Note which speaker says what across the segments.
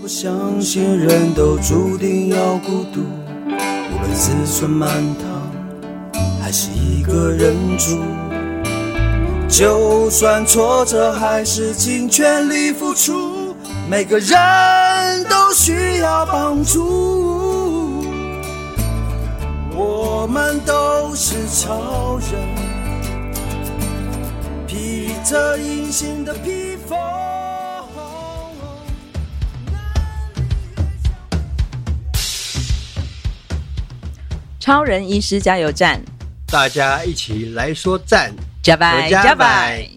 Speaker 1: 不相信人都注定要孤独，无论子孙满堂还是一个人住，就算挫折还是尽全力付出，每个人都需要帮助。我们都是超人，披着隐形的披风。
Speaker 2: 超人医师加油站，
Speaker 3: 大家一起来说赞！
Speaker 2: 加拜
Speaker 3: 加
Speaker 2: 加拜
Speaker 3: 拜，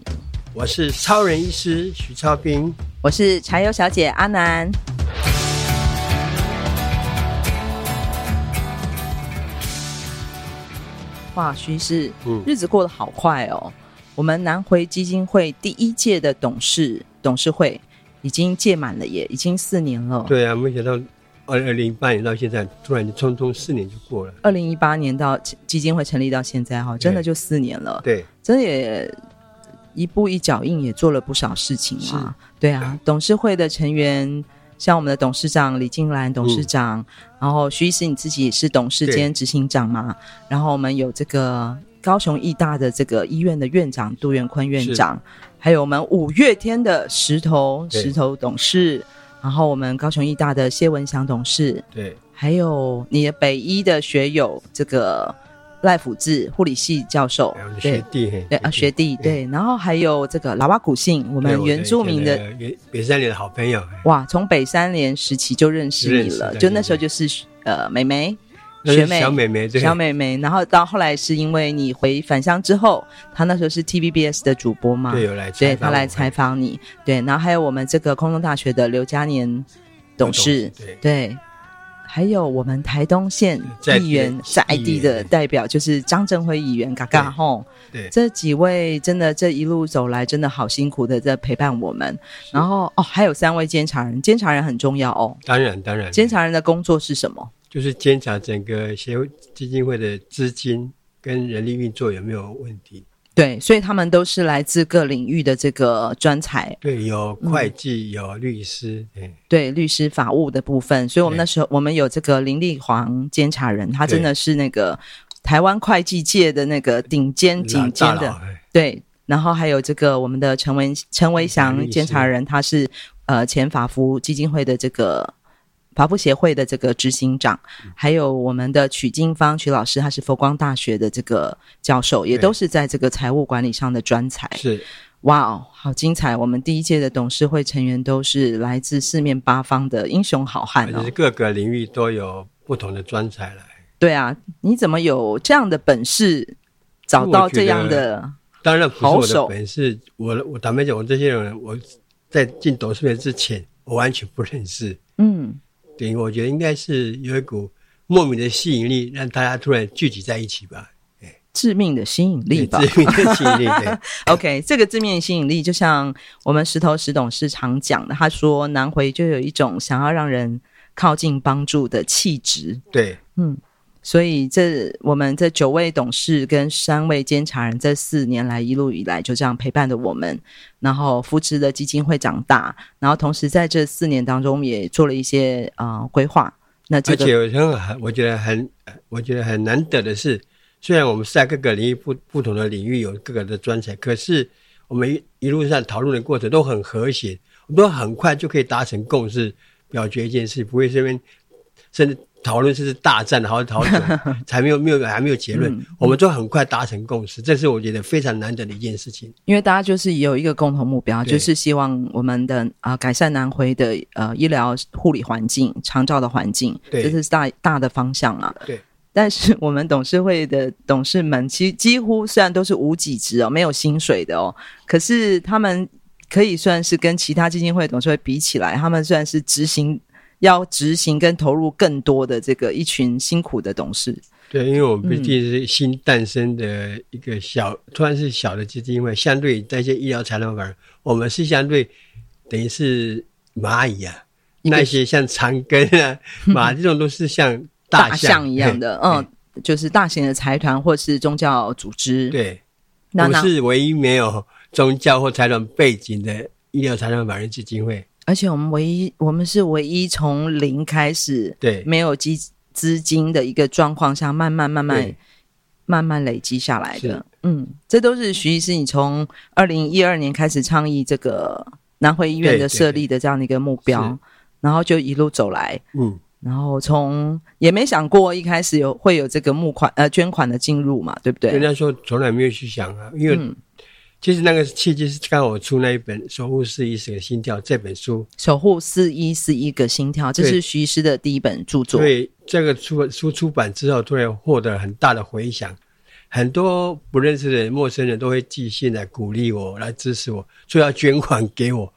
Speaker 3: 我是超人医师徐超斌。
Speaker 2: 我是柴油小姐阿南。哇，徐师，
Speaker 3: 嗯
Speaker 2: 日子过得好快哦！我们南回基金会第一届的董事董事会已经届满了耶，已经四年了。
Speaker 3: 对啊，没想到二二零一八年到现在，突然就匆匆四年就过了。
Speaker 2: 二零一八年到基金会成立到现在哈，真的
Speaker 3: 对
Speaker 2: 就四年了。
Speaker 3: 对，
Speaker 2: 真的也一步一脚印，也做了不少事情啊。对 啊，董事会的成员，像我们的董事长李静兰董事长，
Speaker 3: 嗯
Speaker 2: 然后徐医师你自己也是董事兼执行长嘛，然后我们有这个。高雄义大的这个医院的院长杜元坤院长，还有我们五月天的石头
Speaker 3: 对
Speaker 2: 石头董事，然后我们高雄义大的谢文祥董事，
Speaker 3: 对，
Speaker 2: 还有你的北医的学友这个赖辅志护理系教授
Speaker 3: 还有，学
Speaker 2: 对
Speaker 3: 弟，
Speaker 2: 对啊学弟对，然后还有这个喇叭古姓，我
Speaker 3: 我
Speaker 2: 们原住民的。
Speaker 3: 原北山里的好朋友，
Speaker 2: 哇，从北三联时期就认识你
Speaker 3: 认识
Speaker 2: 了，
Speaker 3: 对
Speaker 2: 就
Speaker 3: 对
Speaker 2: 那时候就
Speaker 3: 对
Speaker 2: 是呃美眉
Speaker 3: 那是
Speaker 2: 学妹
Speaker 3: 小美妹，对，
Speaker 2: 小美眉，然后到后来是因为你回返乡之后，她那时候是 TVBS 的主播嘛，
Speaker 3: 对有来
Speaker 2: 啊对
Speaker 3: 采访我们，
Speaker 2: 她来采访你，对，然后还有我们这个空中大学的刘嘉年董事，
Speaker 3: 对，
Speaker 2: 对，还有我们台东县
Speaker 3: 在地
Speaker 2: 议员
Speaker 3: 的
Speaker 2: 在
Speaker 3: 议
Speaker 2: 地
Speaker 3: 员
Speaker 2: 的
Speaker 3: 对
Speaker 2: 代表，就是张振辉议员，嘎嘎
Speaker 3: 对
Speaker 2: 吼。
Speaker 3: 对
Speaker 2: 这几位真的这一路走来，真的好辛苦的在陪伴我们。然后哦，还有三位监察人，监察人很重要哦。
Speaker 3: 当然当然，
Speaker 2: 监察人的工作是什么？
Speaker 3: 就是监察整个协会基金会的资金跟人力运作有没有问题。
Speaker 2: 对，所以他们都是来自各领域的这个专才，
Speaker 3: 对，有会计，有律师，对，
Speaker 2: 对律师、法务的部分。所以我们
Speaker 3: 对
Speaker 2: 那时候我们有这个林立煌监察人，他真
Speaker 3: 对
Speaker 2: 的是那个台湾会计界的那个顶尖顶尖
Speaker 3: 大
Speaker 2: 的
Speaker 3: 佬，。哎
Speaker 2: 对，然后还有这个我们的陈文陈维祥监察人，他是呃前法服基金会的这个法服协会的这个执行长，
Speaker 3: 嗯
Speaker 2: 还有我们的曲金芳曲老师，他是佛光大学的这个教授，也
Speaker 3: 对
Speaker 2: 都是在这个财务管理上的专才。
Speaker 3: 是
Speaker 2: 哇哦，好精彩！我们第一届的董事会成员都是来自四面八方的英雄好汉
Speaker 3: 而
Speaker 2: 哦
Speaker 3: 且是。各个领域都有不同的专才来。
Speaker 2: 对啊，你怎么有这样的本事找
Speaker 3: 我
Speaker 2: 到
Speaker 3: 觉
Speaker 2: 这样
Speaker 3: 得
Speaker 2: 的？
Speaker 3: 当然不是
Speaker 2: 好
Speaker 3: 我的
Speaker 2: 手
Speaker 3: 本事，我我坦白讲，我这些人，我在进董事会之前，我完全不认识。
Speaker 2: 嗯，
Speaker 3: 等于我觉得应该是有一股莫名的吸引力，让大家突然聚集在一起吧，
Speaker 2: 致命的吸引力
Speaker 3: 对
Speaker 2: 吧。
Speaker 3: 致命的吸引力。 对
Speaker 2: OK，这个字面吸引力，就像我们石头石董事常讲的，他说南回就有一种想要让人靠近帮助的气质。
Speaker 3: 对，
Speaker 2: 所以这我们这九位董事跟三位监察人，这四年来一路以来就这样陪伴着我们，然后扶持的基金会长大，然后同时在这四年当中，我们也做了一些呃规划。那这
Speaker 3: 而
Speaker 2: 个
Speaker 3: 且我很好我觉得很，我觉得很难得的是，虽然我们是在各个领域不不同的领域有各个的专才，可是我们一一路上讨论的过程都很和谐，我们都很快就可以达成共识，表决一件事，不会这边甚至讨论甚至大战了好好久 才没有没有还没有结论，
Speaker 2: 嗯
Speaker 3: 我们都很快达成共识，这是我觉得非常难得的一件事情。
Speaker 2: 因为大家就是有一个共同目标，
Speaker 3: 对
Speaker 2: 就是希望我们的啊、呃改善南回的呃医疗护理环境、长照的环境，
Speaker 3: 对
Speaker 2: 这是大大的方向啦。
Speaker 3: 对。
Speaker 2: 但是我们董事会的董事们，其实几乎虽然都是无几职哦，没有薪水的哦，可是他们可以算是跟其他基金会董事会比起来，他们算是执行要执行跟投入更多的这个一群辛苦的董事。
Speaker 3: 对，因为我
Speaker 2: 嗯
Speaker 3: 们毕竟是新诞生的一个小，突然是小的基金会，相对于在一些医疗材料反而我们是相对等于是蚂蚁啊，那些像长庚 啊、马这种都是像
Speaker 2: 大
Speaker 3: 象
Speaker 2: 象一样的，嗯
Speaker 3: 嘿，
Speaker 2: 就是大型的财团或是宗教组织。
Speaker 3: 嘿。对，
Speaker 2: 那
Speaker 3: 我
Speaker 2: 那
Speaker 3: 是唯一没有宗教或财团背景的医疗材料法人基金会。
Speaker 2: 而且我们唯一，我们是唯一从零开始，
Speaker 3: 对
Speaker 2: 没有基资金的一个状况下，慢慢慢慢
Speaker 3: 对
Speaker 2: 慢慢累积下来的
Speaker 3: 是。
Speaker 2: 嗯，这都是徐医师你从二零一二年开始倡议这个南汇医院
Speaker 3: 对
Speaker 2: 的
Speaker 3: 对
Speaker 2: 设立的这样的一个目标
Speaker 3: 是，
Speaker 2: 然后就一路走来，
Speaker 3: 嗯，
Speaker 2: 然后从也没想过一开始有会有这个募款呃捐款的进入嘛，对不对？
Speaker 3: 人家说从来没有去想啊，因为
Speaker 2: 嗯，
Speaker 3: 其实那个契机是刚好我出那一本《守护四医生的心跳》这本书，
Speaker 2: 守护四一四一个心跳，这
Speaker 3: 对
Speaker 2: 是徐医师的第一本著作
Speaker 3: 所。以这个出书出版之后，突然获得很大的回响，很多不认识的人、陌生人都会寄信来鼓励我，来支持我，说要捐款给我，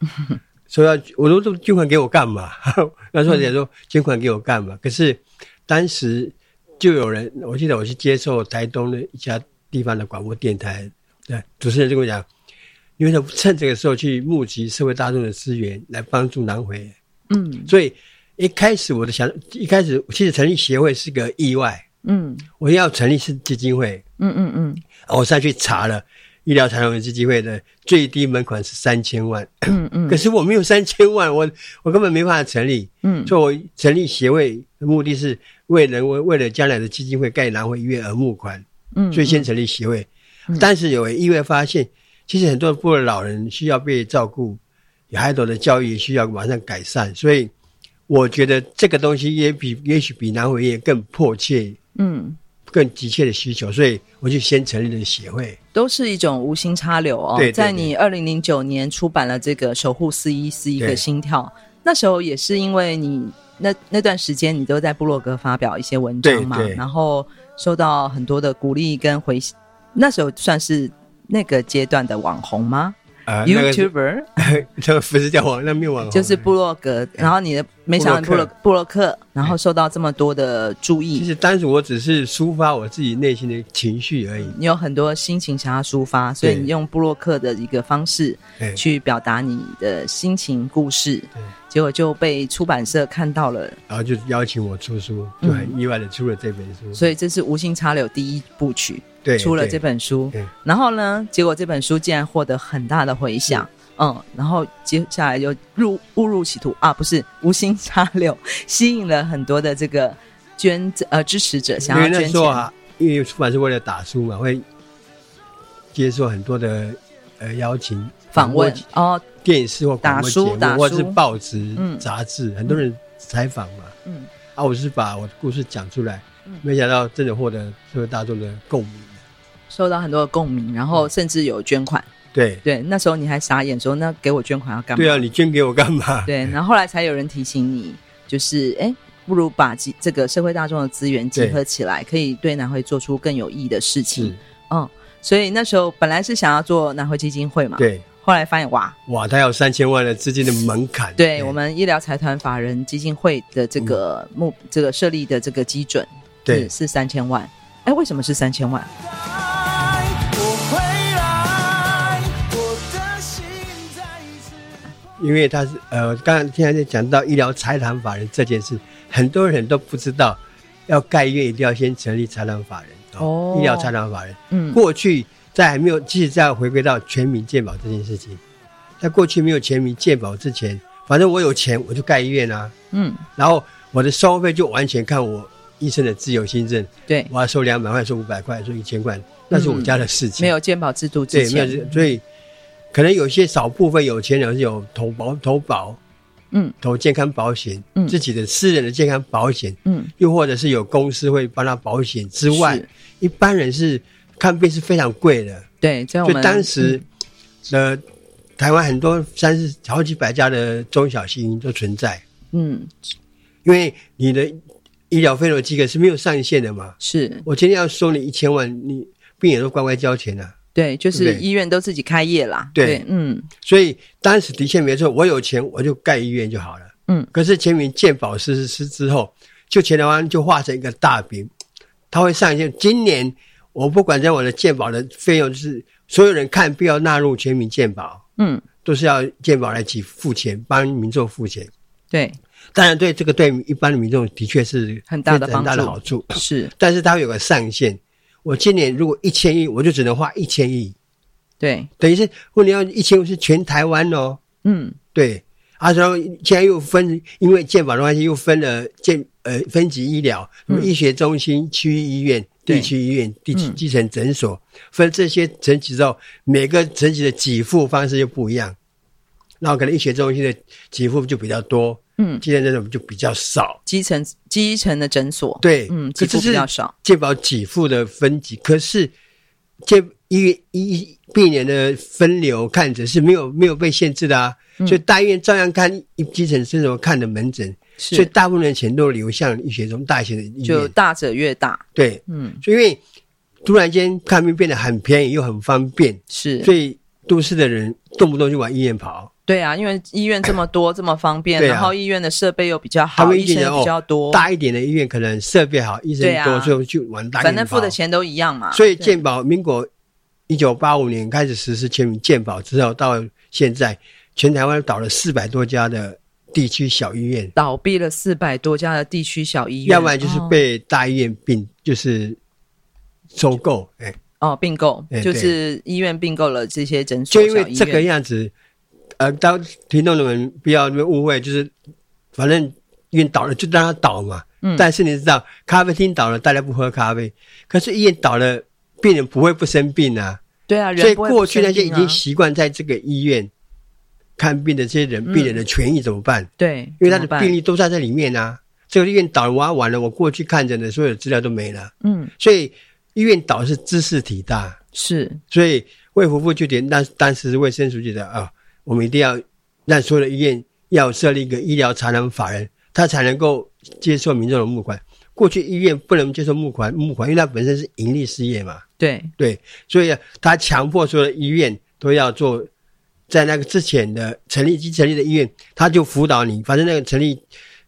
Speaker 3: 说要我都说捐款给我干嘛？ 那时候也说捐款给我干嘛？可是当时就有人，我记得我去接受台东的一家地方的广播电台，对主持人就跟我讲，你为什么不趁这个时候去募集社会大众的资源来帮助南回？
Speaker 2: 嗯
Speaker 3: 所以一开始我的想，一开始其实成立协会是个意外，
Speaker 2: 嗯
Speaker 3: 我要成立是基金会，
Speaker 2: 嗯嗯嗯。
Speaker 3: 我再去查了医疗财团基金会的最低门槛是三千万，
Speaker 2: 嗯嗯
Speaker 3: 可是我没有三千万，我我根本没办法成立，
Speaker 2: 嗯
Speaker 3: 所以我成立协会的目的是为人为为了将来的基金会盖南回医院而募款，
Speaker 2: 嗯，
Speaker 3: 所以先成立协会。但是有意外发现，其实很多部落老人需要被照顾，有孩童的教育也需要马上改善，所以我觉得这个东西也比也许比南回业更迫切、
Speaker 2: 嗯，
Speaker 3: 更急切的需求，所以我就先成立了协会。
Speaker 2: 都是一种无心插柳哦。
Speaker 3: 对对
Speaker 2: 在你二零零九年出版了这个《守护四一四一个
Speaker 3: 对
Speaker 2: 心跳》，那时候也是因为你那那段时间你都在部落格发表一些文章嘛，
Speaker 3: 对对
Speaker 2: 然后受到很多的鼓励跟回，那时候算是那个阶段的网红吗、
Speaker 3: 啊、
Speaker 2: y
Speaker 3: 那
Speaker 2: o u
Speaker 3: 个
Speaker 2: t u
Speaker 3: 是
Speaker 2: b e r
Speaker 3: 这个不是叫 网，那没有网红，啊
Speaker 2: 就是部落格，然后你的没想到部
Speaker 3: 布
Speaker 2: 落
Speaker 3: 洛克
Speaker 2: 部落客，然后受到这么多的注意
Speaker 3: 其，实当时我只是抒发我自己内心的情绪而已。
Speaker 2: 你有很多心情想要抒发，所以
Speaker 3: 对
Speaker 2: 你用布洛克的一个方式
Speaker 3: 对
Speaker 2: 去表达你的心情故事
Speaker 3: 对，嗯
Speaker 2: 结果就被出版社看到了，
Speaker 3: 然后就邀请我出书，就很意外的出了这本书。
Speaker 2: 嗯所以这是《无心插柳》第一部曲，
Speaker 3: 对，
Speaker 2: 出了
Speaker 3: 对
Speaker 2: 这本书
Speaker 3: 对，
Speaker 2: 然后呢，结果这本书竟然获得很大的回响。嗯，然后接下来又入误入歧途啊，不是无心插柳， 吸引了很多的这个捐呃支持者想
Speaker 3: 因
Speaker 2: 要
Speaker 3: 为那
Speaker 2: 捐
Speaker 3: 时候
Speaker 2: 钱。
Speaker 3: 啊，因为出版是为了打书嘛，会接受很多的呃邀请
Speaker 2: 访问
Speaker 3: 或
Speaker 2: 哦，
Speaker 3: 电视或广播节
Speaker 2: 打
Speaker 3: 目
Speaker 2: 书
Speaker 3: 或
Speaker 2: 打
Speaker 3: 者
Speaker 2: 书
Speaker 3: 是报纸、
Speaker 2: 嗯
Speaker 3: 杂志，很多人采访嘛。
Speaker 2: 嗯
Speaker 3: 啊，我是把我的故事讲出来
Speaker 2: 嗯，
Speaker 3: 没想到真的获得社会大众的共鸣。
Speaker 2: 受到很多的共鸣，然后甚至有捐款。
Speaker 3: 对
Speaker 2: 对，那时候你还傻眼说，那给我捐款要干嘛？
Speaker 3: 对啊，你捐给我干 嘛？
Speaker 2: 对然后后来才有人提醒你，就是哎，诶不如把集这个社会大众的资源集
Speaker 3: 对
Speaker 2: 合起来，可以对南汇做出更有意义的事
Speaker 3: 是
Speaker 2: 情。，嗯，所以那时候本来是想要做南汇基金会嘛，，
Speaker 3: 对，
Speaker 2: 后来发现哇，
Speaker 3: 哇，他有三千万的资金的门槛。
Speaker 2: 对我们医疗财团法人基金会的这个目、这个设立的这个基准
Speaker 3: 嗯对
Speaker 2: 是是三千万。哎，为什么是三千万？
Speaker 1: 我回来，我的心再次。
Speaker 3: 因为他是呃，刚刚现在在讲到医疗财团法人这件事，很多人都不知道，要盖医院一定要先成立财团法人
Speaker 2: 哦
Speaker 3: 医疗财团法人。
Speaker 2: 嗯
Speaker 3: 过去在还没有，其实在回归到全民健保这件事情，在过去没有全民健保之前，反正我有钱我就盖医院啊，
Speaker 2: 嗯，
Speaker 3: 然后我的收费就完全看我医生的自由新政，
Speaker 2: 对，
Speaker 3: 我要收两百块，收五百块，收一千块，那是我家的事情。
Speaker 2: 嗯没有健保制度之
Speaker 3: 对，没
Speaker 2: 前，
Speaker 3: 有，所以可能有些少部分有钱人是有投保、投保，
Speaker 2: 嗯，
Speaker 3: 投健康保险，
Speaker 2: 嗯
Speaker 3: 自己的私人的健康保险，
Speaker 2: 嗯，
Speaker 3: 又或者是有公司会帮他保险之外
Speaker 2: 是，
Speaker 3: 一般人是看病是非常贵的，
Speaker 2: 对，所以我
Speaker 3: 所以
Speaker 2: 们嗯
Speaker 3: 当时呃，台湾很多三四好几百家的中小型营都存在，
Speaker 2: 嗯嗯
Speaker 3: 因为你的医疗费用的机构是没有上限的嘛，
Speaker 2: 是
Speaker 3: 我今天要收你一千万，你病人都乖乖交钱啊。
Speaker 2: 对，就
Speaker 3: 对
Speaker 2: 是
Speaker 3: 不对
Speaker 2: 医院都自己开业啦。
Speaker 3: 对
Speaker 2: 嗯
Speaker 3: 所以当时的确没错，我有钱我就盖医院就好了。
Speaker 2: 嗯，
Speaker 3: 可是全民健保实施之后，就钱台湾就化成一个大饼，它会上线。今年我不管在我的健保的费用，就是所有人看病要纳入全民健保，
Speaker 2: 嗯，
Speaker 3: 都是要健保来起付钱，帮民众付钱。
Speaker 2: 对，
Speaker 3: 当然，对这个对一般的民众的确是
Speaker 2: 很大的
Speaker 3: 很大
Speaker 2: 帮
Speaker 3: 的
Speaker 2: 助
Speaker 3: 好处，
Speaker 2: 是，
Speaker 3: 但是它会有个上限。我今年如果一千亿，我就只能花一千亿，
Speaker 2: 对，
Speaker 3: 等于是问题要一千亿是全台湾哦。
Speaker 2: 嗯
Speaker 3: 对，啊，然后现在又分，因为健保的关系又分了健呃分级医疗，什么医学中心、区域医院、地区医院、地区基层诊所，分这些层级之后，每个层级的给付方式又不一样。那可能医学中心的给付就比较多，
Speaker 2: 嗯
Speaker 3: 基层诊所就比较少。
Speaker 2: 基层基层的诊所，
Speaker 3: 对，
Speaker 2: 嗯，给
Speaker 3: 可这
Speaker 2: 付
Speaker 3: 是
Speaker 2: 比较少，
Speaker 3: 健保给付的分级，可是健医医病人的分流看诊是没有没有被限制的啊，所以大医院照样看一基层诊所看的门诊，所以
Speaker 2: 是
Speaker 3: 大部分的钱都流向医学中大型的医
Speaker 2: 就
Speaker 3: 院，
Speaker 2: 大者越大，
Speaker 3: 对，
Speaker 2: 嗯，
Speaker 3: 所以因为突然间看病变得很便宜又很方便，
Speaker 2: 是
Speaker 3: 所以都市的人动不动就往医院跑，
Speaker 2: 对啊，因为医院这么多这么方便，
Speaker 3: 对啊
Speaker 2: 然后医院的设备又比较
Speaker 3: 他
Speaker 2: 好，
Speaker 3: 们一
Speaker 2: 医
Speaker 3: 定
Speaker 2: 生
Speaker 3: 人
Speaker 2: 也比较
Speaker 3: 哦
Speaker 2: 多，
Speaker 3: 大一点的医院可能设备好，医生
Speaker 2: 对啊
Speaker 3: 多，所以就往大医院
Speaker 2: 反正付
Speaker 3: 跑
Speaker 2: 的钱都一样嘛，
Speaker 3: 哦所以
Speaker 2: 对
Speaker 3: 健保，民国一九八五年开始实施全民健保之后，到现在，全台湾倒了四百多家的地区小医院，
Speaker 2: 倒闭了四百多家的地区小医院，
Speaker 3: 要不然就是被大医院并、就是收购，哎、
Speaker 2: 哦哦并购
Speaker 3: 哎，
Speaker 2: 就是医院并购了这些诊所，
Speaker 3: 就因为
Speaker 2: 小医
Speaker 3: 这个
Speaker 2: 院
Speaker 3: 样子，呃，当听众们不要那么误会，就是反正医院倒了就让它倒嘛。
Speaker 2: 嗯
Speaker 3: 但是你知道，咖啡厅倒了，大家不喝咖啡，可是医院倒了，病人不会不生病啊。
Speaker 2: 对啊，人
Speaker 3: 所以
Speaker 2: 不会
Speaker 3: 过
Speaker 2: 不
Speaker 3: 去那
Speaker 2: 生
Speaker 3: 些已
Speaker 2: 病啊
Speaker 3: 经习惯在这个医院看病的这些人，
Speaker 2: 嗯
Speaker 3: 病人的权益怎么办？
Speaker 2: 对，
Speaker 3: 因为他
Speaker 2: 怎么
Speaker 3: 的
Speaker 2: 办
Speaker 3: 病例都在这里面啊。这个医院倒完完了，我过去看诊的所有资料都没了，
Speaker 2: 嗯
Speaker 3: 所以医院倒是知识体大，
Speaker 2: 是
Speaker 3: 所以卫福部就连当当时卫生署觉得啊，我们一定要让所有的医院要设立一个医疗常能法人，他才能够接受民众的募款。过去医院不能接受募款，募款因为它本身是盈利事业嘛，
Speaker 2: 对
Speaker 3: 对，所以他强迫所有的医院都要做，在那个之前的成立及成立的医院，他就辅导你，反正那个成立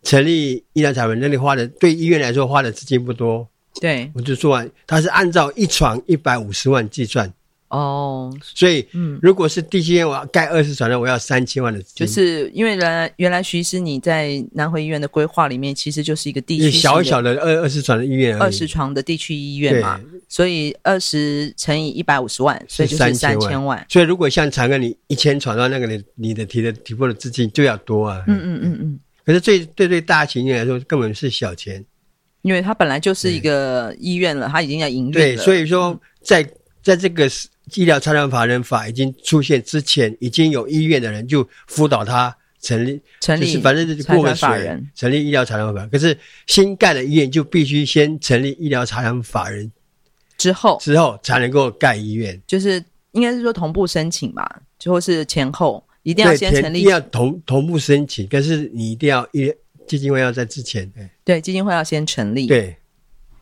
Speaker 3: 成立医疗产品那里花的，对医院来说花的资金不多，
Speaker 2: 对
Speaker 3: 我就说完，他是按照一床一百五十万计算，
Speaker 2: 哦，
Speaker 3: 所以
Speaker 2: 嗯。
Speaker 3: 如果是地区医院，我要盖二十床那我要三千万的资金，
Speaker 2: 就是因为原来原来徐医师你在南回医院的规划里面，其实就是一个地
Speaker 3: 一个
Speaker 2: 区
Speaker 3: 小小的二二十床的医院而已，
Speaker 2: 二十床的地区医院嘛，所以二十乘以一百五十万，所以就是三
Speaker 3: 3000
Speaker 2: 千万。
Speaker 3: 所以如果像长安你一千床的话，那个你你的提的提供的资金就要多啊，
Speaker 2: 嗯嗯嗯嗯，
Speaker 3: 可是最对对大型医院来说根本是小钱。
Speaker 2: 因为它本来就是一个医院了，它已经在营运
Speaker 3: 对，
Speaker 2: 了
Speaker 3: 所以说
Speaker 2: 嗯
Speaker 3: 在在这个医疗参量法人法已经出现之前，已经有医院的人就辅导他成立，
Speaker 2: 成
Speaker 3: 就是
Speaker 2: 立
Speaker 3: 反正就是
Speaker 2: 财
Speaker 3: 过
Speaker 2: 团
Speaker 3: 个
Speaker 2: 法
Speaker 3: 水
Speaker 2: 人，
Speaker 3: 成立医疗参量法人。可是新盖的医院就必须先成立医疗参量法人
Speaker 2: 之后，
Speaker 3: 之后才能够盖医院，
Speaker 2: 就是应该是说同步申请吧，就或是前后一定要
Speaker 3: 对
Speaker 2: 先
Speaker 3: 前
Speaker 2: 成
Speaker 3: 一
Speaker 2: 立
Speaker 3: 定要同同步申请，可是你一定要一基金会要在之前，哎
Speaker 2: 对基金会要先成立。
Speaker 3: 对，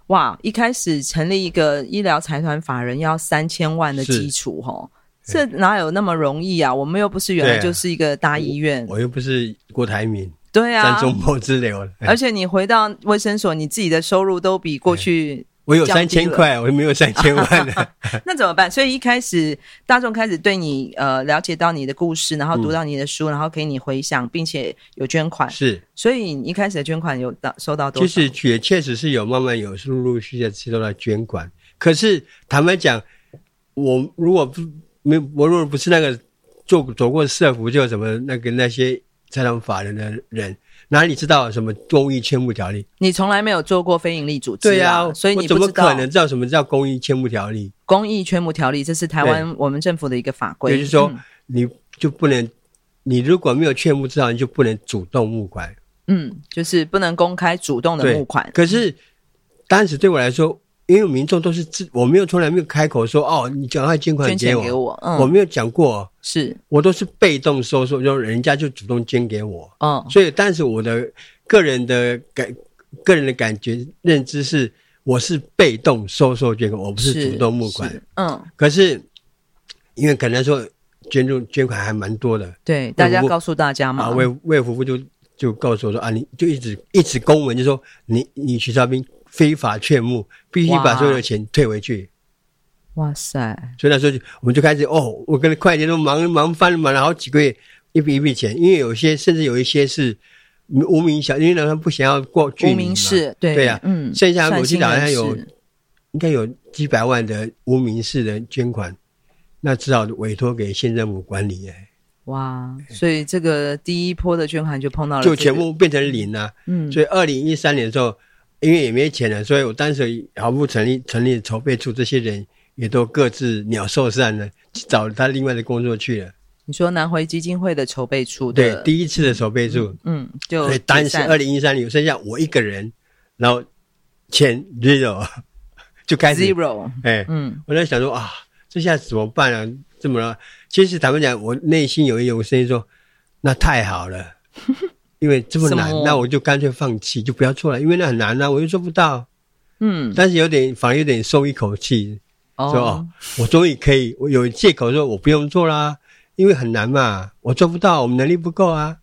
Speaker 2: 哇，一开始成立一个医疗财团法人要三千万的
Speaker 3: 是
Speaker 2: 基础吼，这哪有那么容易啊？我们又不是原来
Speaker 3: 对啊
Speaker 2: 就是一个大医院，
Speaker 3: 我又不是郭台铭、
Speaker 2: 对啊，
Speaker 3: 三中波之流了，哎
Speaker 2: 而且你回到卫生所，你自己的收入都比过去，
Speaker 3: 我有
Speaker 2: 降
Speaker 3: 三
Speaker 2: 低
Speaker 3: 千
Speaker 2: 了
Speaker 3: 块，我没有三千万 的。
Speaker 2: 那怎么办？所以一开始大众开始对你呃了解到你的故事，
Speaker 3: 嗯
Speaker 2: 然后读到你的书，然后给你回想，并且有捐款。
Speaker 3: 是，
Speaker 2: 所以你一开始的捐款有到收到多
Speaker 3: 其
Speaker 2: 少？
Speaker 3: 实也确实是有慢慢有陆陆续续地接受到捐款，可是坦白讲，我如果不没我如果不是那个做走过社服就什么那个那些财产法人的人，哪里知道什么公益채무条例？
Speaker 2: 你从来没有做过非营利组织、
Speaker 3: 对呀、
Speaker 2: 啊，所以
Speaker 3: 我
Speaker 2: 你
Speaker 3: 怎
Speaker 2: 不
Speaker 3: 么
Speaker 2: 知道
Speaker 3: 可能知道什么叫公益채무条例？
Speaker 2: 公益全母条例，这是台湾我们政府的一个法规。
Speaker 3: 也就是说
Speaker 2: 嗯，
Speaker 3: 你就不能，你如果没有劝募之后，你就不能主动募款。
Speaker 2: 嗯，就是不能公开主动的
Speaker 3: 对
Speaker 2: 募款。
Speaker 3: 可是当时对我来说，因为民众都是自，我没有从来没有开口说哦，你赶快捐款
Speaker 2: 捐钱
Speaker 3: 我，
Speaker 2: 给我，嗯，
Speaker 3: 我没有讲过，
Speaker 2: 是，
Speaker 3: 我都是被动收受，就人家就主动捐给我。
Speaker 2: 嗯，
Speaker 3: 所以，但是我的个人的感，个人的感觉认知是，我是被动收受捐款，我不是主动募款。
Speaker 2: 是嗯，
Speaker 3: 可是，因为可能说捐助捐款还蛮多的
Speaker 2: 对，大家
Speaker 3: 我
Speaker 2: 告诉大家嘛，
Speaker 3: 啊，卫卫福部就就告诉我说啊，你就一直一直公文就说你你徐少斌非法劝募，必须把
Speaker 2: 哇
Speaker 3: 所有的钱退回去。
Speaker 2: 哇塞，
Speaker 3: 所以那时候就我们就开始哦，我跟快点都忙忙翻了，忙了好几个月，一笔一笔钱，因为有些甚至有一些是无名小，因为他们不想要过距离
Speaker 2: 无
Speaker 3: 嘛
Speaker 2: 名氏，对
Speaker 3: 对啊
Speaker 2: 嗯，
Speaker 3: 剩下
Speaker 2: 善
Speaker 3: 我记
Speaker 2: 心
Speaker 3: 得好像
Speaker 2: 人
Speaker 3: 有
Speaker 2: 士
Speaker 3: 应该有几百万的无名氏的捐款，那只好委托给县政府管理哎、
Speaker 2: 哇，所以这个第一波的捐款就碰啊到了、这个，
Speaker 3: 就全部变成啊零了、
Speaker 2: 嗯，
Speaker 3: 所以二零一三年的时候，因为也没钱了，所以我当时毫不成立成立筹备处，这些人也都各自鸟兽散了，去找他另外的工作去了。
Speaker 2: 你说南回基金会的筹备处
Speaker 3: 对
Speaker 2: 的，，
Speaker 3: 第一次的筹备处，
Speaker 2: 嗯，就
Speaker 3: 所以当时
Speaker 2: 解散
Speaker 3: 二零一三年剩下我一个人，然后钱 zero 就开始
Speaker 2: zero，
Speaker 3: 哎，
Speaker 2: 嗯
Speaker 3: 我在想说啊，这下怎么办啊？这么了？其实坦白讲，我内心有一种声音说，那太 好了，因为这么难
Speaker 2: 什么，
Speaker 3: 那我就干脆放弃，就不要做了，因为那很难啊，我又做不到。
Speaker 2: 嗯，
Speaker 3: 但是有点，反而有点松一口气，说哦
Speaker 2: 哦，，
Speaker 3: 我终于可以，我有借口说我不用做啦，因为很难嘛，我做不到，我们能力不够啊。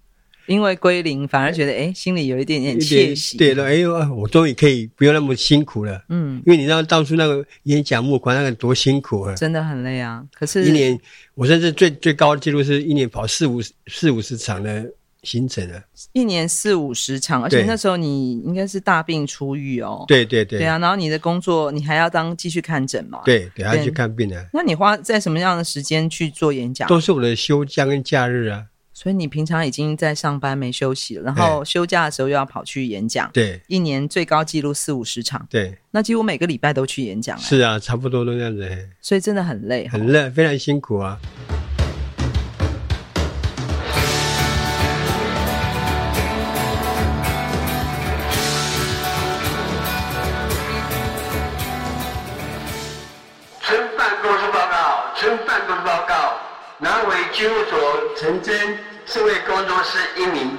Speaker 2: 因为归零，反而觉得哎，心里有一点点
Speaker 3: 一点
Speaker 2: 窃喜，
Speaker 3: 对了，哎呦，我终于可以不用那么辛苦了，
Speaker 2: 嗯，
Speaker 3: 因为你知道当初那个演讲募款那个多辛苦啊，
Speaker 2: 真的很累啊。可
Speaker 3: 一
Speaker 2: 是
Speaker 3: 年，我甚至最最高的记录是一年跑四五十四五十场的行程啊。
Speaker 2: 一年四五十场，而且
Speaker 3: 对
Speaker 2: 那时候你应该是大病初愈哦，
Speaker 3: 对对对，
Speaker 2: 对啊，然后你的工作你还要当继续看诊嘛，。
Speaker 3: 对对，还要
Speaker 2: 对
Speaker 3: 去看病啊，
Speaker 2: 那你花在什么样的时间去做演讲？
Speaker 3: 都是我的休假跟假日啊。
Speaker 2: 所以你平常已经在上班没休息了，然后休假的时候又要跑去演讲，
Speaker 3: 对
Speaker 2: 一年最高纪录四五十场，
Speaker 3: 对，
Speaker 2: 那几乎每个礼拜都去演讲、哎，
Speaker 3: 是啊，差不多都这样子，嘿
Speaker 2: 所以真的很累哈。
Speaker 3: 很累，非常辛苦啊。
Speaker 4: 村办公室报告，村办公室报告，南委军务所陈真社会工作室一名。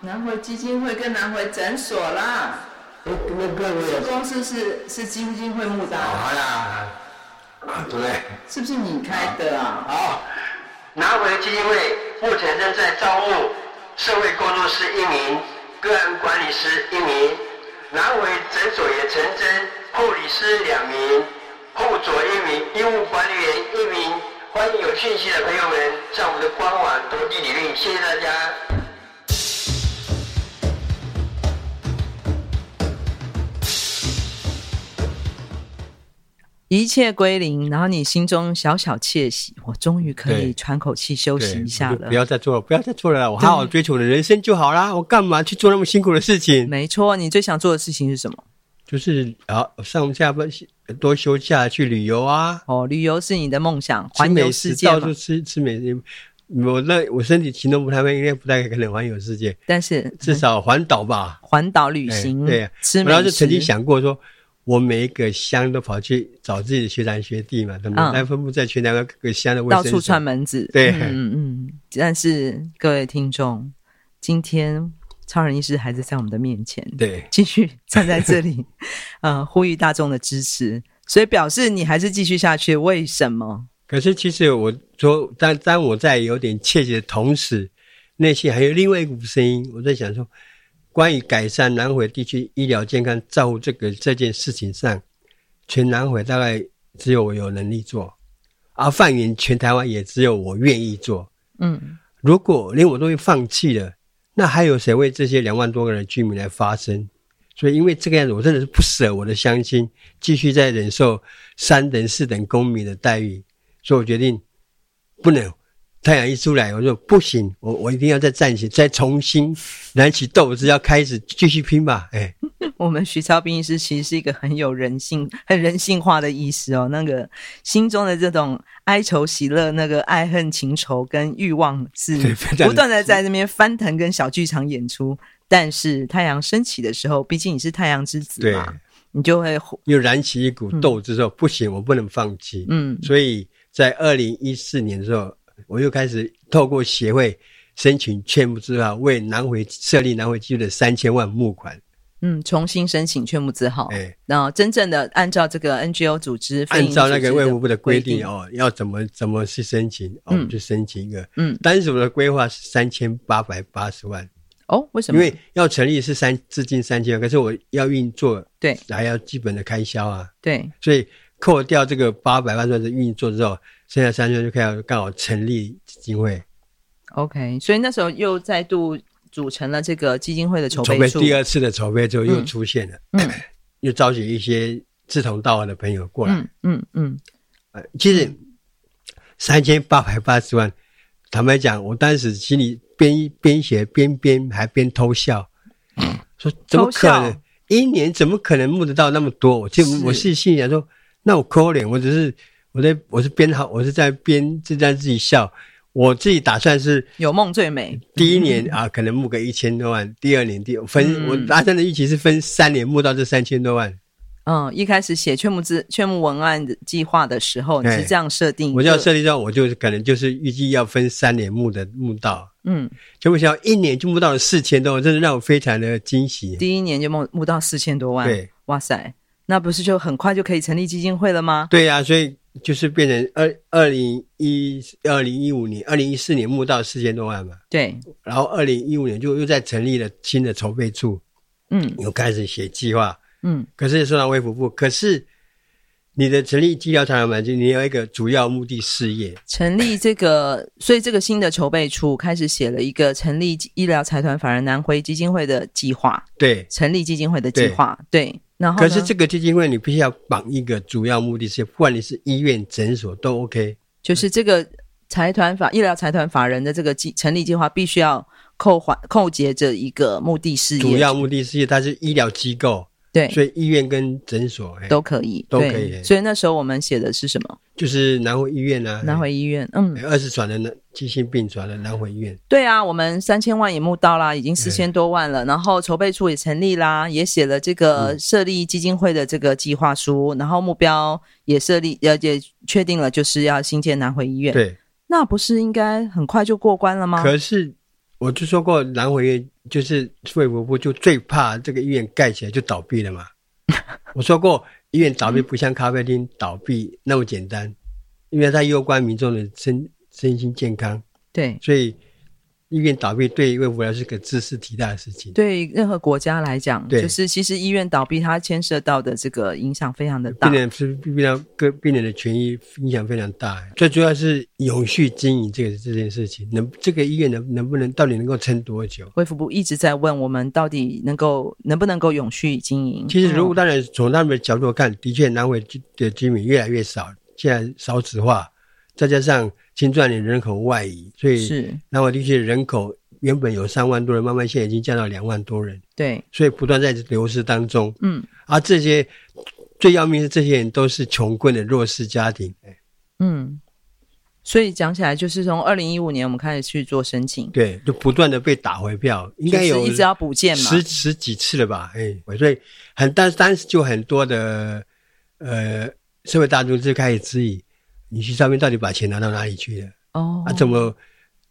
Speaker 2: 南回基金会跟南回诊所啦，
Speaker 4: 那那个
Speaker 2: 公司是是基金会募的，
Speaker 4: 好啦，啊对，
Speaker 2: 是不是你开的啊？
Speaker 4: 好，南委基金会目前正在招募社会工作室一名，个案管理师一名，南委诊所也陈真护理师两名，护佐一名，医务管理员一名。欢迎有兴趣的朋友们上我们的官网多地领域，谢谢大家。
Speaker 2: 一切归零，然后你心中小小窃喜，我终于可以
Speaker 3: 对
Speaker 2: 喘口气休息
Speaker 3: 对
Speaker 2: 一下
Speaker 3: 我就
Speaker 2: 了
Speaker 3: 不。要再做了，不要再做了啦，我好好追求我的人生就好啦。我干嘛去做那么辛苦的事情？
Speaker 2: 没错，你最想做的事情是什么？
Speaker 3: 就是啊，上下班多休假去旅游啊，
Speaker 2: 哦，旅游是你的梦想，
Speaker 3: 吃
Speaker 2: 环
Speaker 3: 美
Speaker 2: 游
Speaker 3: 食，
Speaker 2: 世界
Speaker 3: 到
Speaker 2: 嘛
Speaker 3: 处吃吃美食。我那我身体行动不太方便，应该不太可能环游世界，
Speaker 2: 但是
Speaker 3: 至少环岛吧。
Speaker 2: 环岛旅行，
Speaker 3: 哎对，
Speaker 2: 吃美
Speaker 3: 我
Speaker 2: 食。
Speaker 3: 当时曾经想过说，我每一个乡都跑去找自己的学长学弟嘛，他们
Speaker 2: 嗯
Speaker 3: 来分布在全台湾各个乡的卫
Speaker 2: 到
Speaker 3: 生
Speaker 2: 处串
Speaker 3: 所。
Speaker 2: 门子，
Speaker 3: 对
Speaker 2: 嗯嗯嗯。但是各位听众，今天超人医师还是在我们的面前，
Speaker 3: 对，
Speaker 2: 继续站在这 里，呃，呼吁大众的支持。所以表示你还是继续下去，为什么？
Speaker 3: 可是其实我说，当当我在有点窃喜的同时，内心还有另外一股声音，我在想说，关于改善南回地区医疗健康照护这个这件事情上，全南回大概只有我有能力做，而放眼全台湾也只有我愿意做。
Speaker 2: 嗯，
Speaker 3: 如果连我都会放弃了，那还有谁为这些两万多个人的居民来发声？所以，因为这个样子，我真的是不舍我的乡亲，继续在忍受三等四等公民的待遇，所以我决定不能。太阳一出来，我说不行，我我一定要再站起，再重新燃起斗志，要开始继续拼吧！哎，
Speaker 2: 我们徐超斌医师其实是一个很有人性、很人性化的医师哦。那个心中的这种哀愁、喜乐、那个爱恨情仇跟欲望是
Speaker 3: 对非常
Speaker 2: 不断的在那边翻腾，跟小剧场演出。但是太阳升起的时候，毕竟你是太阳之子
Speaker 3: 对，
Speaker 2: 嘛，你就会
Speaker 3: 又燃起一股斗志，说不行，我不能放弃。
Speaker 2: 嗯
Speaker 3: 所以在二零一四年的时候，我又开始透过协会申请劝募之后，为南回设立南回基金的三千万募款，
Speaker 2: 嗯重新申请劝募字号。
Speaker 3: 哎，
Speaker 2: 然后真正的按照这个 NGO 组织，非
Speaker 3: 按
Speaker 2: 营
Speaker 3: 照那
Speaker 2: 组
Speaker 3: 个
Speaker 2: 织
Speaker 3: 卫福部的规定
Speaker 2: 定，
Speaker 3: 哦，要怎么怎么去申请，哦，我
Speaker 2: 嗯
Speaker 3: 们就申请一个。
Speaker 2: 嗯，
Speaker 3: 当时我的规划是三千八百八十万，
Speaker 2: 哦，为什
Speaker 3: 因
Speaker 2: 么？
Speaker 3: 为要成立是三资金三千万，可是我要运作，
Speaker 2: 对，
Speaker 3: 还要基本的开销啊，
Speaker 2: 对，
Speaker 3: 所以扣掉这个八百万算是运作之后，剩下三千万就可以要刚好成立基金会。
Speaker 2: OK，所以那时候又再度组成了这个基金会的筹
Speaker 3: 筹
Speaker 2: 备
Speaker 3: 备
Speaker 2: 处。
Speaker 3: 第二次的筹备之后又
Speaker 2: 嗯
Speaker 3: 出现了，
Speaker 2: 嗯
Speaker 3: 又召集一些志同道合的朋友
Speaker 2: 嗯
Speaker 3: 过来。
Speaker 2: 嗯嗯嗯，
Speaker 3: 呃其实三千八百八十万坦白讲，我当时心里边边写边边还边偷笑，说怎么
Speaker 2: 嗯
Speaker 3: 可
Speaker 2: 偷
Speaker 3: 能
Speaker 2: 笑
Speaker 3: 一年怎么可能募得到那么多？我这我是心里想说，那我抠脸，我只是我在我是边好，我是在边就在自己笑。我自己打算是
Speaker 2: 有梦最美，
Speaker 3: 第一年啊，可能募个一千多万，第二年第分、
Speaker 2: 嗯
Speaker 3: 我阿三的预期是分三年募到这三千多万，
Speaker 2: 嗯，一开始写劝募资、劝募文案的计划的时候，你
Speaker 3: 哎
Speaker 2: 是这样设定，
Speaker 3: 我就要设，立到我就是可能就是预计要分三年募的募到，
Speaker 2: 嗯，
Speaker 3: 结果想到一年就募到了四千多万，真的让我非常的惊喜。
Speaker 2: 第一年就募募到四千多万，
Speaker 3: 对，
Speaker 2: 哇塞，那不是就很快就可以成立基金会了吗？
Speaker 3: 对呀、啊所以就是变成二二零一二零一五年、二零一四年募到四千多万嘛，
Speaker 2: 对，
Speaker 3: 然后二零一五年就又再成立了新的筹备处，
Speaker 2: 嗯
Speaker 3: 又开始写计划。
Speaker 2: 嗯，
Speaker 3: 可是送到微服部，可是你的成立医疗长满就你有一个主要目的事业，
Speaker 2: 成立这个，所以这个新的筹备处开始写了一个成立医疗财团法人南回基金会的计划，
Speaker 3: 对。
Speaker 2: 成立基金会的计划，对。然后
Speaker 3: 可
Speaker 2: 呢
Speaker 3: 是这个基金会你必须要绑一个主要目的事业，不管你是医院、诊所都 OK。
Speaker 2: 就是这个财团法医疗财团法人的这个计成立计划，必须要扣环扣结着一个目的事业，
Speaker 3: 主要目的事业它是医疗机构，
Speaker 2: 对
Speaker 3: 所以医院跟诊所，哎，
Speaker 2: 都可以，
Speaker 3: 都
Speaker 2: 对
Speaker 3: 可以
Speaker 2: 所以那时候我们写的是什么？
Speaker 3: 就是南回医院啊，哎
Speaker 2: 南回医院，嗯，
Speaker 3: 二十转的南急性病转的南回医院，
Speaker 2: 对啊，我们三千万也募到啦，已经四千多万了，然后筹备处也成立啦，也写了这个
Speaker 3: 嗯
Speaker 2: 设立基金会的这个计划书，然后目标也设立，呃，也确定了，就是要新建南回医院。
Speaker 3: 对。
Speaker 2: 那不是应该很快就过关了吗？
Speaker 3: 可是我就说过，南回医院就是卫福部就最怕这个医院盖起来就倒闭 了嘛。我说过，医院倒闭不像咖啡厅倒闭那么简单，因为它攸关民众的身身心健康，
Speaker 2: 对，
Speaker 3: 所以医院倒闭对卫福部来说是个知识体大的事情。
Speaker 2: 对于任何国家来讲，
Speaker 3: 对
Speaker 2: 就是其实医院倒闭，它牵涉到的这个影响非常的大
Speaker 3: 病。人是病人各病人的权益影响非常大，最主要是永续经营这个这件事情，能这个医院能能不能到底能够撑多久？
Speaker 2: 卫福部一直在问我们到底能够能不能够永续经营。
Speaker 3: 其实，如果
Speaker 2: 嗯
Speaker 3: 当然从他们的角度看，的确南回的居民越来越少，现在少子化，再加上青壮年人口外移，所以
Speaker 2: 是
Speaker 3: 南回地区的人口原本有三万多人，慢慢现在已经降到两万多人，
Speaker 2: 对，
Speaker 3: 所以不断在流失当中。
Speaker 2: 嗯
Speaker 3: 而这些最要命是，这些人都是穷困的弱势家庭。
Speaker 2: 嗯，所以讲起来，就是从二零一五年我们开始去做申请，
Speaker 3: 对，就不断的被打回票，应该
Speaker 2: 就
Speaker 3: 有
Speaker 2: 是一直要补件嘛，
Speaker 3: 十十几次了吧？哎，所以很当当时就很多的呃社会大众就开始质疑，你去上面到底把钱拿到哪里去了？
Speaker 2: 哦，
Speaker 3: 啊，怎么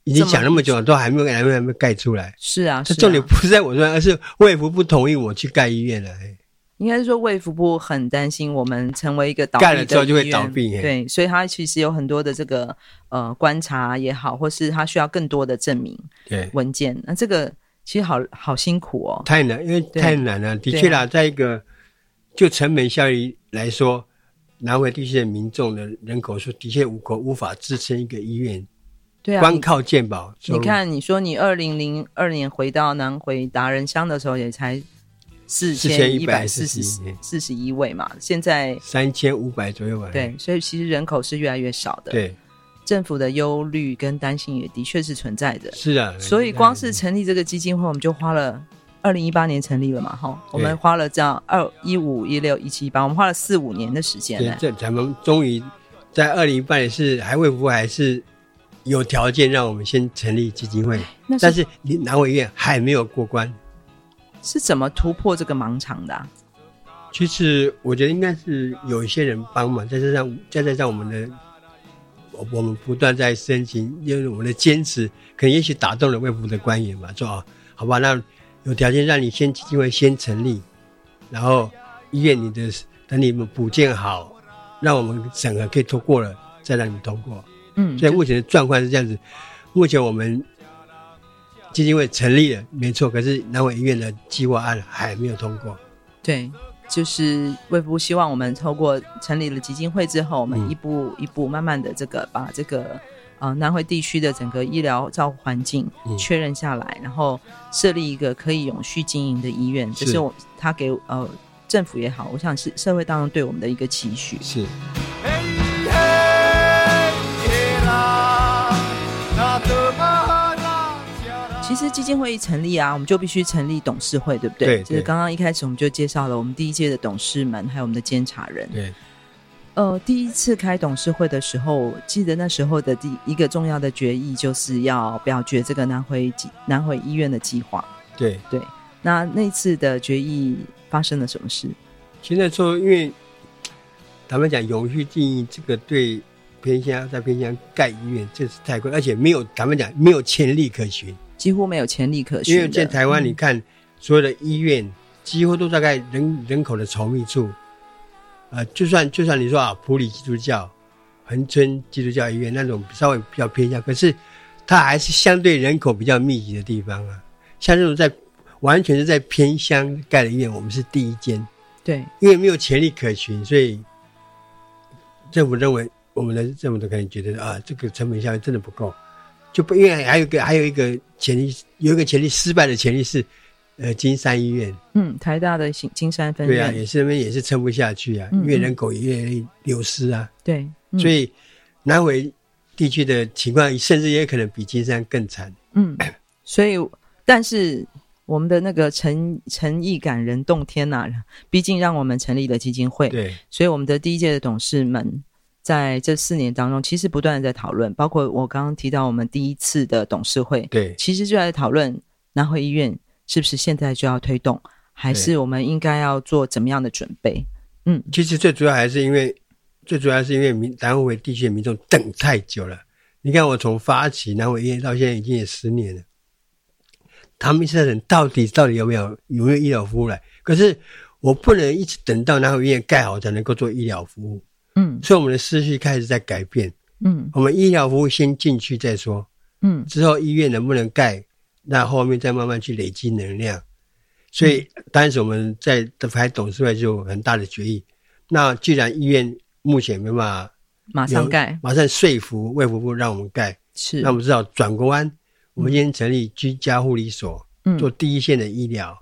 Speaker 3: 已经想那么久了，都还没有还没有还没有盖出来？
Speaker 2: 是啊，
Speaker 3: 这
Speaker 2: 是
Speaker 3: 重点
Speaker 2: 啊
Speaker 3: 不是在我身上，而是卫福不同意我去盖医院了。哎，
Speaker 2: 应该是说卫福部很担心我们成为一个倒
Speaker 3: 干了
Speaker 2: 闭
Speaker 3: 之后
Speaker 2: 的
Speaker 3: 就会
Speaker 2: 医院
Speaker 3: 倒闭耶
Speaker 2: 对，所以他其实有很多的这个呃观察也好，或是他需要更多的证明
Speaker 3: 对，
Speaker 2: 文件，那这个其实好好辛苦哦，
Speaker 3: 太难，因为
Speaker 2: 对
Speaker 3: 太难了。的
Speaker 2: 对啊
Speaker 3: 确啦，在一个就成本效益来说，南回地区的民众的人口数的确无可无法支撑一个医院，
Speaker 2: 对啊，
Speaker 3: 光
Speaker 2: 你
Speaker 3: 靠健保收
Speaker 2: 你
Speaker 3: 入。
Speaker 2: 看，你说你二零零二年回到南回达人乡的时候，也才四千一百四十四十一位嘛，现在
Speaker 3: 三千五百左右吧。
Speaker 2: 对，所以其实人口是越来越少的。，
Speaker 3: 对，
Speaker 2: 政府的忧虑跟担心也的确是存在的。
Speaker 3: 是啊。
Speaker 2: 所以光是
Speaker 3: 嗯
Speaker 2: 成立这个基金会，我们就花了二零一八年成立了嘛，哈，我
Speaker 3: 对
Speaker 2: 们花了这样二一五一六一七八，我们花了四五年的时间啊
Speaker 3: 对
Speaker 2: 呢。
Speaker 3: 这咱们终于在二零一八年是还未服还是有条件让我们先成立基金会，
Speaker 2: 那
Speaker 3: 但
Speaker 2: 是
Speaker 3: 是你南委院还没有过关。
Speaker 2: 是怎么突破这个盲场的啊、
Speaker 3: 其实我觉得应该是有一些人帮忙，再加上再加上我们的，我我们不断在申请，因为我们的坚持，可能也许打动了卫部的官员吧，说啊，好吧，那有条件让你先基金会先成立，然后医院你的等你们补建好，让我们审核可以通过了，再让你们通过。
Speaker 2: 嗯，
Speaker 3: 所以目前的状况是这样子，目前我们基金会成立了，没错，可是南委医院的计划案还没有通过。
Speaker 2: 对，就是卫福部希望我们透过成立了基金会之后，我
Speaker 3: 嗯
Speaker 2: 们一步一步慢慢的这个把这个呃南回地区的整个医疗照护环境
Speaker 3: 嗯
Speaker 2: 确认下来，然后设立一个可以永续经营的医院，这
Speaker 3: 是
Speaker 2: 是我他给呃政府也好，我想是社会当中对我们的一个期许。
Speaker 3: 是。
Speaker 1: 嘿嘿耶啦，那都
Speaker 2: 其实基金会一成立啊，我们就必须成立董事会，对不对？
Speaker 3: 对对
Speaker 2: 就是刚刚一开始我们就介绍了我们第一届的董事们，还有我们的监察人。
Speaker 3: 对，
Speaker 2: 呃，第一次开董事会的时候，记得那时候的第一个重要的决议就是要表决这个南回计南回医院的计划。
Speaker 3: 对，
Speaker 2: 那那次的决议发生了什么事？
Speaker 3: 现在说，因为咱们讲永续经营，这个对偏乡在偏乡盖医院，这是太贵，而且没有咱们讲没有潜力可循。
Speaker 2: 几乎没有潜力可
Speaker 3: 因
Speaker 2: 循的。嗯
Speaker 3: 为在台湾，你看所有的医院几乎都大概人人口的稠密处，呃，就算就算你说啊，普里基督教、恒春基督教医院那种稍微比较偏向，可是它还是相对人口比较密集的地方啊。像这种在完全是在偏乡盖的医院，我们是第一间，
Speaker 2: 嗯对
Speaker 3: 因为没有潜力可循，所以政府认为我们的政府都可能觉得啊，这个成本效益真的不够，就不因为还有一个还有一个潜力有一个潜力失败的潜力是，呃，金山医院，
Speaker 2: 嗯，台大的金金山分
Speaker 3: 对啊，
Speaker 2: 院，
Speaker 3: 也是那边也是撑不下去啊，
Speaker 2: 嗯
Speaker 3: 因为人口也越来越流失啊，
Speaker 2: 对，嗯
Speaker 3: 所以南回地区的情况甚至也可能比金山更惨。
Speaker 2: 嗯，所以但是我们的那个诚诚意感人动天呐、毕竟让我们成立了基金会，
Speaker 3: 对
Speaker 2: 所以我们的第一届的董事们。在这四年当中，其实不断的在讨论，包括我刚刚提到我们第一次的董事会，
Speaker 3: 对
Speaker 2: 其实就在讨论南回医院是不是现在就要推动，还
Speaker 3: 对
Speaker 2: 是我们应该要做怎么样的准备？嗯，
Speaker 3: 其实最主要还是因为，最主要是因为民南回地区的民众等太久了。你看，我从发起南回医院到现在已经也十年了，他们现在人到底到底有没有有没有医疗服务来？可是我不能一直等到南回医院盖好才能够做医疗服务，
Speaker 2: 嗯
Speaker 3: 所以我们的思绪开始在改变。
Speaker 2: 嗯
Speaker 3: 我们医疗服务先进去再说，
Speaker 2: 嗯
Speaker 3: 之后医院能不能盖，那后面再慢慢去累积能量。所以当时我们在排董事会就有很大的决议。那既然医院目前没办法
Speaker 2: 马上盖
Speaker 3: 马上说服卫福部让我们盖，
Speaker 2: 是
Speaker 3: 那我们至少转个弯，我们先成立居家护理所，
Speaker 2: 嗯
Speaker 3: 做第一线的医疗。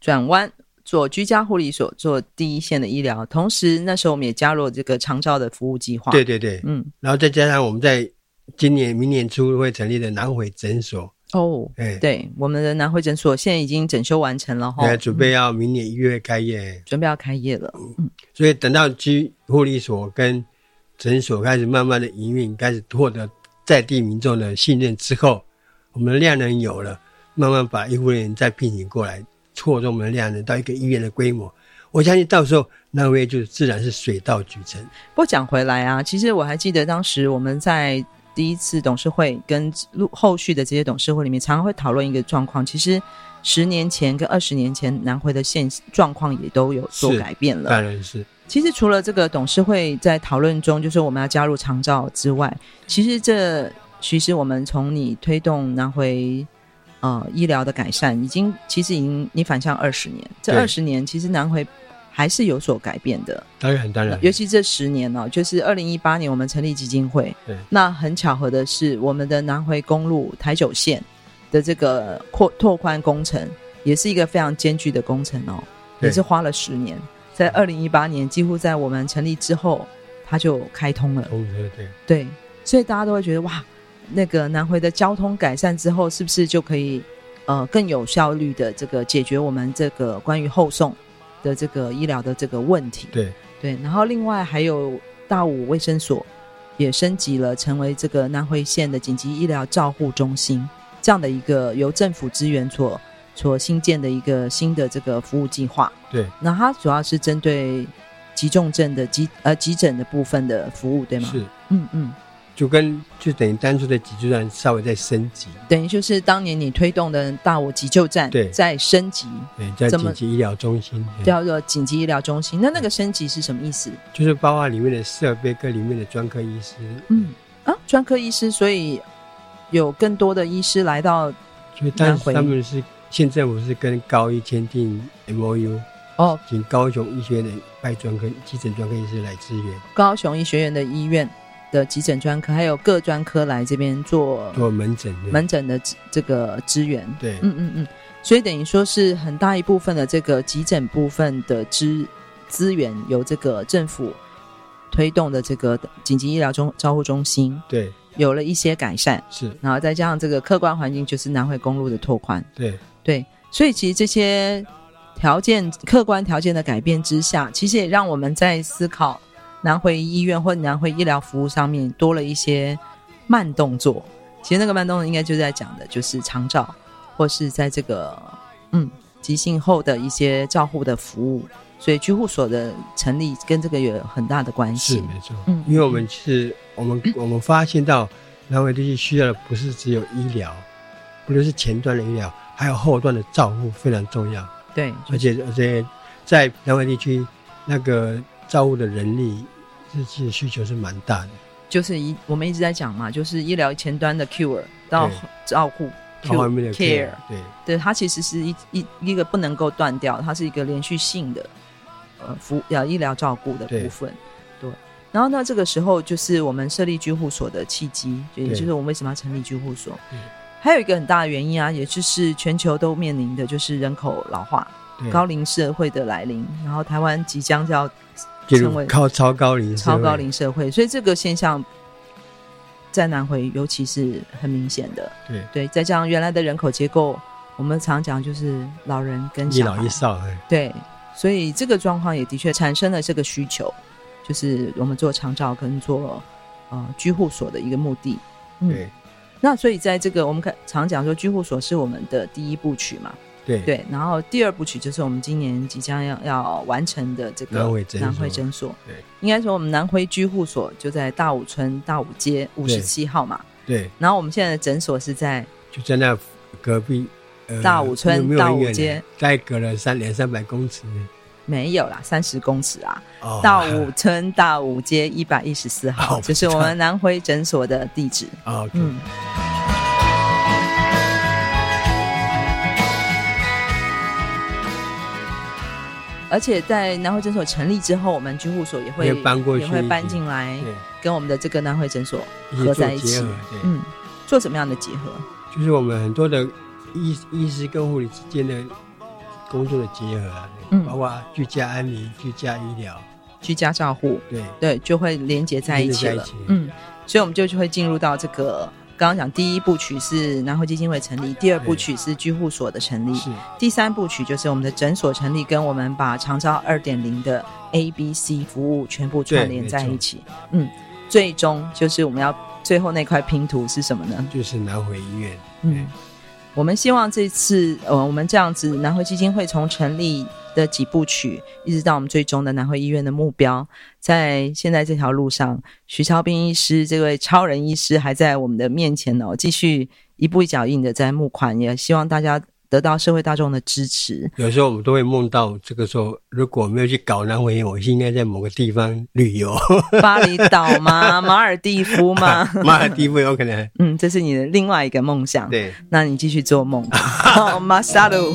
Speaker 2: 转弯做居家护理所做第一线的医疗，同时那时候我们也加入了这个长照的服务计划。
Speaker 3: 对，对对，
Speaker 2: 嗯，
Speaker 3: 然后再加上我们在今年、明年初会成立的南回诊所，
Speaker 2: 哦，
Speaker 3: 哎，
Speaker 2: 对，我们的南汇诊所现在已经整修完成了哈
Speaker 3: 哎，，准备要明年一月开业。
Speaker 2: 准备要开业了。
Speaker 3: 所以等到居护理所跟诊所开始慢慢的营运，开始获得在地民众的信任之后，我们的量能有了，慢慢把医护人员再聘请过来，扩充我们的量能到一个医院的规模。我相信到时候那位就自然是水到渠成。
Speaker 2: 不过讲回来啊，其实我还记得当时我们在第一次董事会跟陆后续的这些董事会里面，常常会讨论一个状况。其实十年前跟二十年前南汇的现状况也都有做
Speaker 3: 是哎
Speaker 2: 改变了。
Speaker 3: 当然是
Speaker 2: 其实除了这个董事会在讨论中，就是我们要加入长照之外，其实这其实我们从你推动拿回呃医疗的改善，已经其实已经你反向二十年，这
Speaker 3: 对
Speaker 2: 二十年其实南回还是有所改变的，
Speaker 3: 当然当然，
Speaker 2: 尤其这十年呢、就是二零一八年我们成立基金会
Speaker 3: 对，
Speaker 2: 那很巧合的是，我们的南回公路台九线的这个扩拓宽工程，也是一个非常艰巨的工程哦，
Speaker 3: 对
Speaker 2: 也是花了十年，在二零一八年，几乎在我们成立之后，它就开通了。
Speaker 3: 同学哦对
Speaker 2: 对，所以大家都会觉得哇，那个南回的交通改善之后，是不是就可以呃更有效率的这个解决我们这个关于后送的这个医疗的这个问题？
Speaker 3: 对
Speaker 2: 对，然后另外还有大武卫生所也升级了，成为这个南汇县的紧急医疗照护中心这样的一个由政府资源所所新建的一个新的这个服务计划。
Speaker 3: 对，
Speaker 2: 那它主要是针对急重症的急呃急诊的部分的服务，对吗？
Speaker 3: 是
Speaker 2: 嗯嗯，
Speaker 3: 就跟就等于当初的脊柱站稍微再升级，
Speaker 2: 等于就是当年你推动的大武急救站
Speaker 3: 对
Speaker 2: 在升级，
Speaker 3: 对，哎在
Speaker 2: 怎么
Speaker 3: 紧急医疗中心，对
Speaker 2: 叫做紧急医疗中心。那那个升级是什么意思？
Speaker 3: 就是包括里面的设备跟里面的专科医师，
Speaker 2: 嗯啊，专科医师，所以有更多的医师来到
Speaker 3: 所以当
Speaker 2: 南
Speaker 3: 时
Speaker 2: 回
Speaker 3: 他们是县政府是跟高医签订 M O U，
Speaker 2: 哦
Speaker 3: 请高雄医学院的派专科急诊专科医师来支援
Speaker 2: 高雄医学院的医院的急诊专科，还有各专科来这边做
Speaker 3: 做门诊的。
Speaker 2: 门诊的支这个支援。
Speaker 3: 对
Speaker 2: 嗯嗯嗯，所以等于说是很大一部分的这个急诊部分的资资源由这个政府推动的这个紧急医疗中照护中心
Speaker 3: 对，
Speaker 2: 有了一些改善，
Speaker 3: 是，
Speaker 2: 然后再加上这个客观环境就是南回公路的拓宽，
Speaker 3: 对，
Speaker 2: 对，所以其实这些条件客观条件的改变之下，其实也让我们在思考南回医院或南回医疗服务上面多了一些慢动作。其实那个慢动作应该就在讲的就是长照，或是在这个嗯急性后的一些照护的服务。所以居护所的成立跟这个有很大的关
Speaker 3: 是
Speaker 2: 系。
Speaker 3: 没错。
Speaker 2: 嗯
Speaker 3: 因为我们是，我们我们发现到南回地区需要的不是只有医疗，不论是前端的医疗，还有后端的照护非常重要。
Speaker 2: 对，
Speaker 3: 而且而且在南回地区，那个照护的人力是其实需求是蛮大的。
Speaker 2: 就是一我们一直在讲嘛，就是医疗前端的 cure 到
Speaker 3: 对
Speaker 2: 照护
Speaker 3: 各方面的
Speaker 2: care，
Speaker 3: 对
Speaker 2: 对，它其实是一一一个不能够断掉，它是一个连续性的呃服呃医疗照顾的
Speaker 3: 对
Speaker 2: 部分。对，然后那这个时候就是我们设立居护所的契机，也
Speaker 3: 对
Speaker 2: 就是我们为什么要成立居护所
Speaker 3: 嗯。
Speaker 2: 还有一个很大的原因啊，也就是全球都面临的就是人口老化、
Speaker 3: 对，
Speaker 2: 高龄社会的来临，然后台湾即将就要
Speaker 3: 进
Speaker 2: 成
Speaker 3: 入
Speaker 2: 为
Speaker 3: 高超高龄社会
Speaker 2: 超高龄社会，所以这个现象在南回尤其是很明显的。
Speaker 3: 对
Speaker 2: 对，再加上原来的人口结构，我们常讲就是老人跟
Speaker 3: 一
Speaker 2: 小
Speaker 3: 老
Speaker 2: 孩，
Speaker 3: 一少哎。
Speaker 2: 对，所以这个状况也的确产生了这个需求，就是我们做长照跟做呃居护所的一个目的。嗯，
Speaker 3: 对
Speaker 2: 那所以在这个我们看常讲说居护所是我们的第一部曲嘛，
Speaker 3: 对
Speaker 2: 对，然后第二部曲就是我们今年即将要要完成的这个
Speaker 3: 南回诊所
Speaker 2: 南回诊所。
Speaker 3: 对，
Speaker 2: 应该说我们南回居护所就在大武村大武街五十七号嘛，
Speaker 3: 对，
Speaker 2: 然后我们现在的诊所是在
Speaker 3: 就在那隔壁。呃
Speaker 2: 大武村
Speaker 3: 没有
Speaker 2: 大武
Speaker 3: 没有很远
Speaker 2: 街
Speaker 3: 的，大概隔了三两三百公尺。
Speaker 2: 没有啦，三十公尺啊，
Speaker 3: 哦
Speaker 2: 大武村大武街一百一十四
Speaker 3: 哦
Speaker 2: 号，
Speaker 3: 我
Speaker 2: 就
Speaker 3: 知
Speaker 2: 是我
Speaker 3: 道
Speaker 2: 们南回诊所的地址。
Speaker 3: 啊，OK，
Speaker 2: 嗯，而且在南回诊所成立之后，我们居护所也会
Speaker 3: 也搬过去
Speaker 2: 也会搬进来，
Speaker 3: 对，
Speaker 2: 跟我们的这个南回诊所
Speaker 3: 一
Speaker 2: 合
Speaker 3: 起做
Speaker 2: 在一
Speaker 3: 结
Speaker 2: 起
Speaker 3: 合。，对，
Speaker 2: 嗯，做怎么样的结合？
Speaker 3: 就是我们很多的医医师跟护理之间的工作的结合啊，对
Speaker 2: 嗯
Speaker 3: 包括居家安宁、居家医疗，
Speaker 2: 居家照护，
Speaker 3: 对，
Speaker 2: 对，就会连接在一起
Speaker 3: 连接在
Speaker 2: 了
Speaker 3: 一起。
Speaker 2: 嗯，所以我们就会进入到这个刚刚讲第一部曲是南汇基金会成立，第二部曲是居护所的成立
Speaker 3: 是，
Speaker 2: 第三部曲就是我们的诊所成立，跟我们把长照二点零的 A、B、C 服务全部串联在一起。嗯，最终就是我们要最后那块拼图是什么呢？
Speaker 3: 就是南回医院，
Speaker 2: 嗯，我们希望这次，呃，我们这样子，南汇基金会从成立的几部曲，一直到我们最终的南汇医院的目标，在现在这条路上，徐超斌医师这位超人医师还在我们的面前哦，继续一步一脚印的在募款，也希望大家得到社会大众的支持。
Speaker 3: 有时候我们都会梦到，这个时候如果没有去搞南回医院，我应该在某个地方旅 游，
Speaker 2: 巴厘岛 吗？马尔蒂夫吗？
Speaker 3: 马尔地夫有可能，
Speaker 2: 嗯，这是你的另外一个梦想。，
Speaker 3: 对，
Speaker 2: 那你继续做梦吧。 哦好马萨鲁。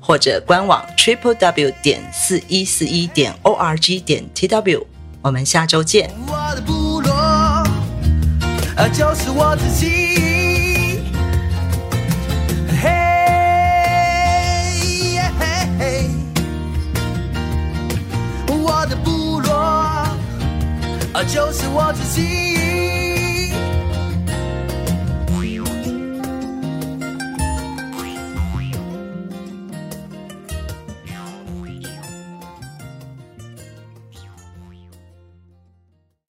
Speaker 2: 或者官网 triple w 点四一四一点 o r g 点 t w，我们下周见。
Speaker 1: 我的部落，呃，就是我自己。嘿，耶嘿嘿我的部落，呃，就是我自己。